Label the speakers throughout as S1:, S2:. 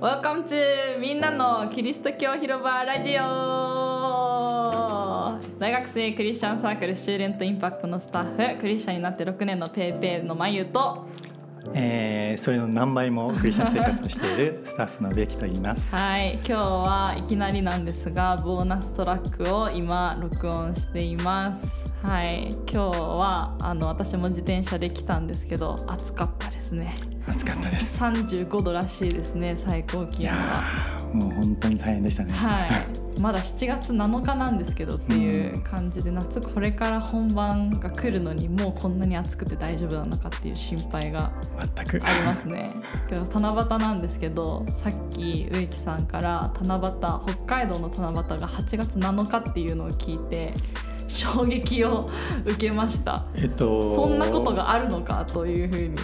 S1: Welcome to みんなのキリスト教広場ラジオ大学生クリスチャンサークルシューレントインパクトのスタッフクリスチャンになって6年のペーペーのまゆと
S2: えーそれの何倍もクリスチャン生活をしているスタッフのベキと言います。
S1: はい今日はいきなりなんですがボーナストラックを今録音していますはい今日はあの私も自転車で来たんですけど暑かったですね
S2: 暑かったです。
S1: 35度らしいですね最高
S2: い
S1: 気温
S2: や
S1: は。
S2: ーもう本当に大変でしたね。
S1: はい、まだ7月7日なんですけどっていう感じで夏これから本番が来るのにもうこんなに暑くて大丈夫なのかっていう心配が
S2: 全く。
S1: あります ね今日七夕なんですけどさっき植木さんから七夕北海道の七夕が8月7日っていうのを聞いて衝撃を受けました
S2: えっと
S1: そんなことがあるのかというふうに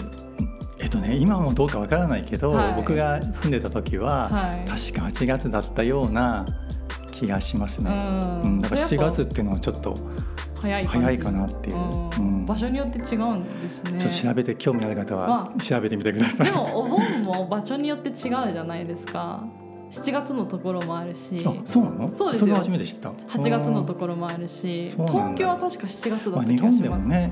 S2: えっとね今もどうかわからないけど、
S1: はい
S2: 僕が住んでた時は、
S1: はい
S2: 確か8月だったような気がしますね。
S1: う
S2: うんん、だから
S1: そ
S2: 7
S1: れやっぱ
S2: 月っていうのはちょっと
S1: 早い感じ
S2: 早いかなっていう。
S1: う
S2: うんん
S1: 場所によって違うんですね
S2: ちょっと調べて興味ある方は
S1: まあ
S2: 調べてみてください。
S1: でもお盆も場所によって違うじゃないですか7月のところもあるし
S2: あそうなの？
S1: そうですよ
S2: れは初めて知った。
S1: 8月のところもあるし
S2: そうなんだ
S1: 東京は確か7月だ
S2: ま
S1: っ
S2: あ、
S1: た気
S2: 日
S1: が
S2: 本
S1: し
S2: でも
S1: ます、
S2: ね、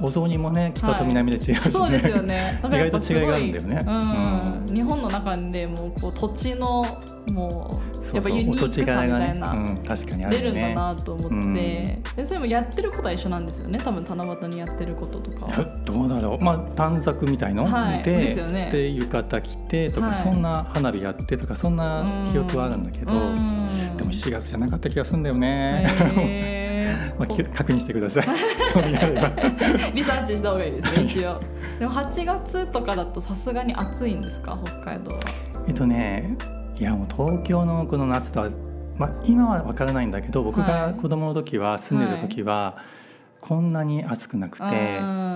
S2: うんお雑煮もね、北と南で違うし、ね
S1: そうですよねだからやっぱすご
S2: 意外と違いがあるんだよね
S1: うん日本の中でもこう土地のもう
S2: そ
S1: やっ
S2: うそ
S1: ぱ
S2: う
S1: ユニークさみたいな、
S2: お土地柄がねうん、確かにある
S1: 出
S2: よ
S1: るんだ
S2: ね。
S1: なと思って、でそれもやってることは一緒なんですよね多分七夕にやってることとか
S2: いやどうだろう、まあ、短冊みたいの、
S1: はい
S2: で
S1: ですよね
S2: で浴衣着てとか、
S1: はい
S2: そんな花火やってとかそんな記憶はあるんだけど、
S1: うん
S2: でも7月じゃなかった気がするんだよね、
S1: へー
S2: まあ、き確認してく ださい興味あれば
S1: リサーチした方がいいですね一応 でも8月とかだとさすがに暑いんですか北海道は
S2: えっとねいやもう東京のこの夏とは、まあ、今は分からないんだけど僕
S1: は
S2: が
S1: い
S2: 子供の時は住んでた時は、こんなに暑くなくて。
S1: うん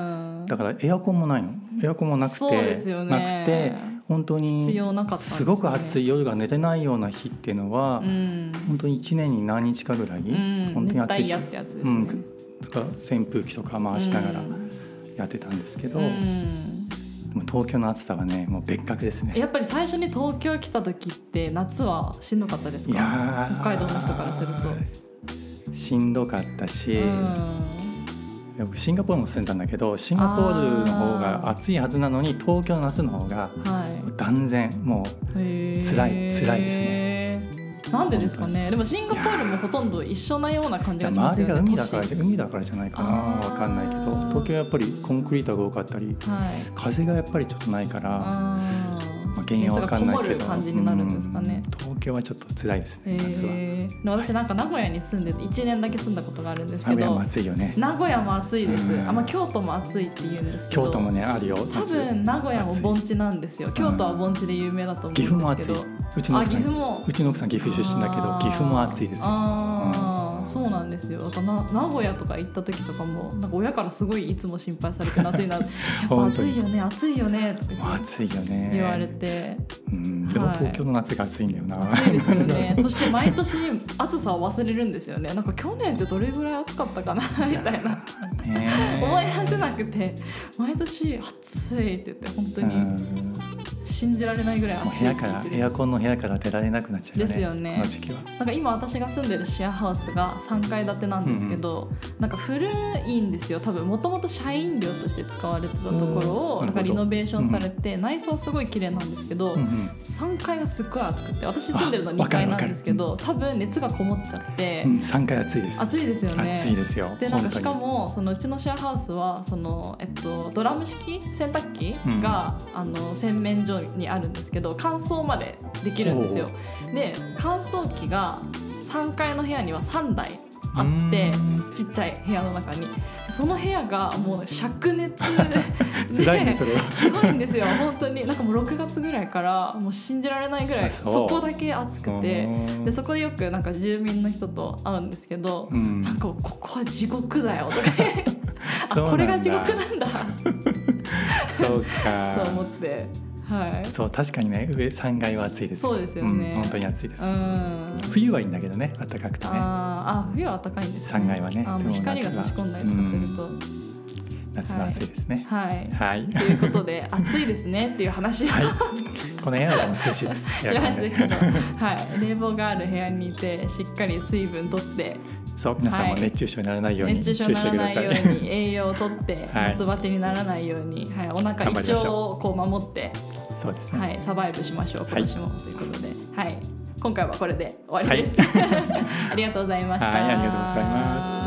S2: だからエアコンもないのエアコンもなくて
S1: そうですよね
S2: なくて本当に
S1: 必要なかったんですね
S2: すごく暑い夜が寝てないような日っていうのは、
S1: うん
S2: 本当に1年に何日かぐらい、
S1: うん
S2: 本当に
S1: 熱
S2: 暑い
S1: 帯
S2: 日
S1: 夜ってやつですね、
S2: うん、だから扇風機とか回しながらやってたんですけど、
S1: うん
S2: でも東京の暑さはねもう別格です
S1: うん
S2: ね。
S1: やっぱり最初に東京来た時って夏はしんどかったです
S2: いや
S1: か
S2: ー
S1: 北海道の人からすると、
S2: しんどかったし、
S1: うん
S2: 僕シンガポールも住んだんだけどシンガポールの方が暑いはずなのに東京の夏の方が
S1: は
S2: 断然もう
S1: いへー
S2: 辛い辛いです
S1: なんでですかねでもシンガポールもほとんど一緒なような感じがしま
S2: 周
S1: す
S2: り
S1: よね
S2: が海だから
S1: 都市
S2: 海だからじゃないかな
S1: あー
S2: わかんないけど東京はやっぱりコンクリートが多かったり
S1: はい
S2: 風がやっぱりちょっとないから、ま
S1: あ
S2: あ、原因はわかんないけ
S1: 熱がこ
S2: ど
S1: もる感じになるんですかね
S2: うん。東京はちょっと辛いですね夏は
S1: えー、で私なんか名古屋に住んでて1年だけ住んだことがあるんですけ
S2: 名古屋も
S1: ど
S2: 暑いよね
S1: 名古屋も暑いです、
S2: うん
S1: あまあ、京都も暑いって言うんですけど
S2: 京都もねあるよ
S1: 多
S2: 夏
S1: 分名古屋も
S2: 暑い
S1: 盆地なんですよ京都は盆地で有名だと思
S2: 岐阜
S1: う
S2: も
S1: んで
S2: 暑
S1: すけ
S2: い
S1: ど、
S2: うちの
S1: あ
S2: 奥
S1: 岐
S2: さ
S1: 阜
S2: ん
S1: も
S2: うちの奥さん岐阜出身だけど
S1: あー
S2: 岐阜も暑いですよ
S1: あーそうなんですよだからな名古屋とか行った時とかもなんか親からすごいいつも心配されて夏になるやっぱ
S2: 本当
S1: 暑
S2: に
S1: いよね暑いよねとか
S2: もう暑いよね
S1: 言わ れて。
S2: うん、でも
S1: はい
S2: 東京の夏が暑いんだよな、
S1: 暑いですよ ねそして毎年暑さを忘れるんですよねなんか去年ってどれぐらい暑かったかなみたいな
S2: ねえ
S1: 思い出せなくて毎年暑いって言って本当
S2: うん
S1: に信じられないぐらい暑い
S2: も
S1: っ
S2: う
S1: て
S2: 部
S1: 言っ
S2: 屋
S1: て
S2: か
S1: る
S2: らエアコンの部屋から出られなくなっちゃうよね
S1: ですよね
S2: この時期は
S1: なんか今私が住んでるシェアハウスが3階建てなんですけど、なんか古いんですよ多分もともと社員寮として使われてたところ
S2: お
S1: を
S2: ー
S1: なんかリノベーションされて、内装はすごい綺麗なんですけど、
S2: うんうん
S1: 3階がすっごい暑くて私住んでるの
S2: あ
S1: 2
S2: わか
S1: 階
S2: る
S1: な
S2: わ
S1: ん
S2: かる
S1: ですけど多分熱がこもっちゃって、
S2: うん、3回暑いです
S1: 暑いですよね
S2: 暑いですよ
S1: でなんか
S2: 本当に
S1: しかもそのうちのシェアハウスはその、えっと、ドラム式洗濯機が、あの洗面所にあるんですけど乾燥までできるんですよで乾燥機が3階の部屋には3台あって
S2: うん
S1: ちっちゃい部屋の中にその部屋がもう灼熱で
S2: 辛いねそれは
S1: すごいんですよ本当になんかもう6月ぐらいからもう信じられないぐらい
S2: あそう
S1: そこだけ暑くて
S2: うん
S1: でそこでよくなんか住民の人と会うんですけど、
S2: うん
S1: なんかここは地獄だ よとかあ
S2: そうなんだ
S1: これが地獄なんだ
S2: そう
S1: と思っ
S2: か
S1: てはい
S2: そう確かにね上3階は暑いですよ
S1: そうですよね
S2: ん本当に暑いです、
S1: うん
S2: 冬はいいんだけどね暖かくてね
S1: あーあ冬は暖かいんです、ね、
S2: 三階はね
S1: あー
S2: で
S1: もう
S2: も
S1: 光が
S2: 夏
S1: 差
S2: は
S1: し込んだりとかすると、
S2: 夏は暑いですね
S1: はい
S2: はい、
S1: ということで暑いですねっていう話を、
S2: はい、ここの部屋はもう涼しいで す
S1: しましたけど、はい、冷房がある部屋にいてしっかり水分取って
S2: そう皆さんも
S1: はい
S2: 熱中症にならないように
S1: 熱
S2: 注
S1: 中
S2: 意
S1: 症に
S2: して
S1: な
S2: く
S1: ら
S2: だ
S1: な
S2: さ
S1: い
S2: い
S1: ように栄養をとって
S2: はい
S1: 夏バテにならないように、はい、お腹
S2: 頑張り
S1: 一
S2: まし
S1: 応
S2: ょ
S1: をこう守って、
S2: そうですね、
S1: はい、サバイブしましょう今年も、ということで、 はい、今回はこれで終わりです、ありがとうございました
S2: はいありがとうございます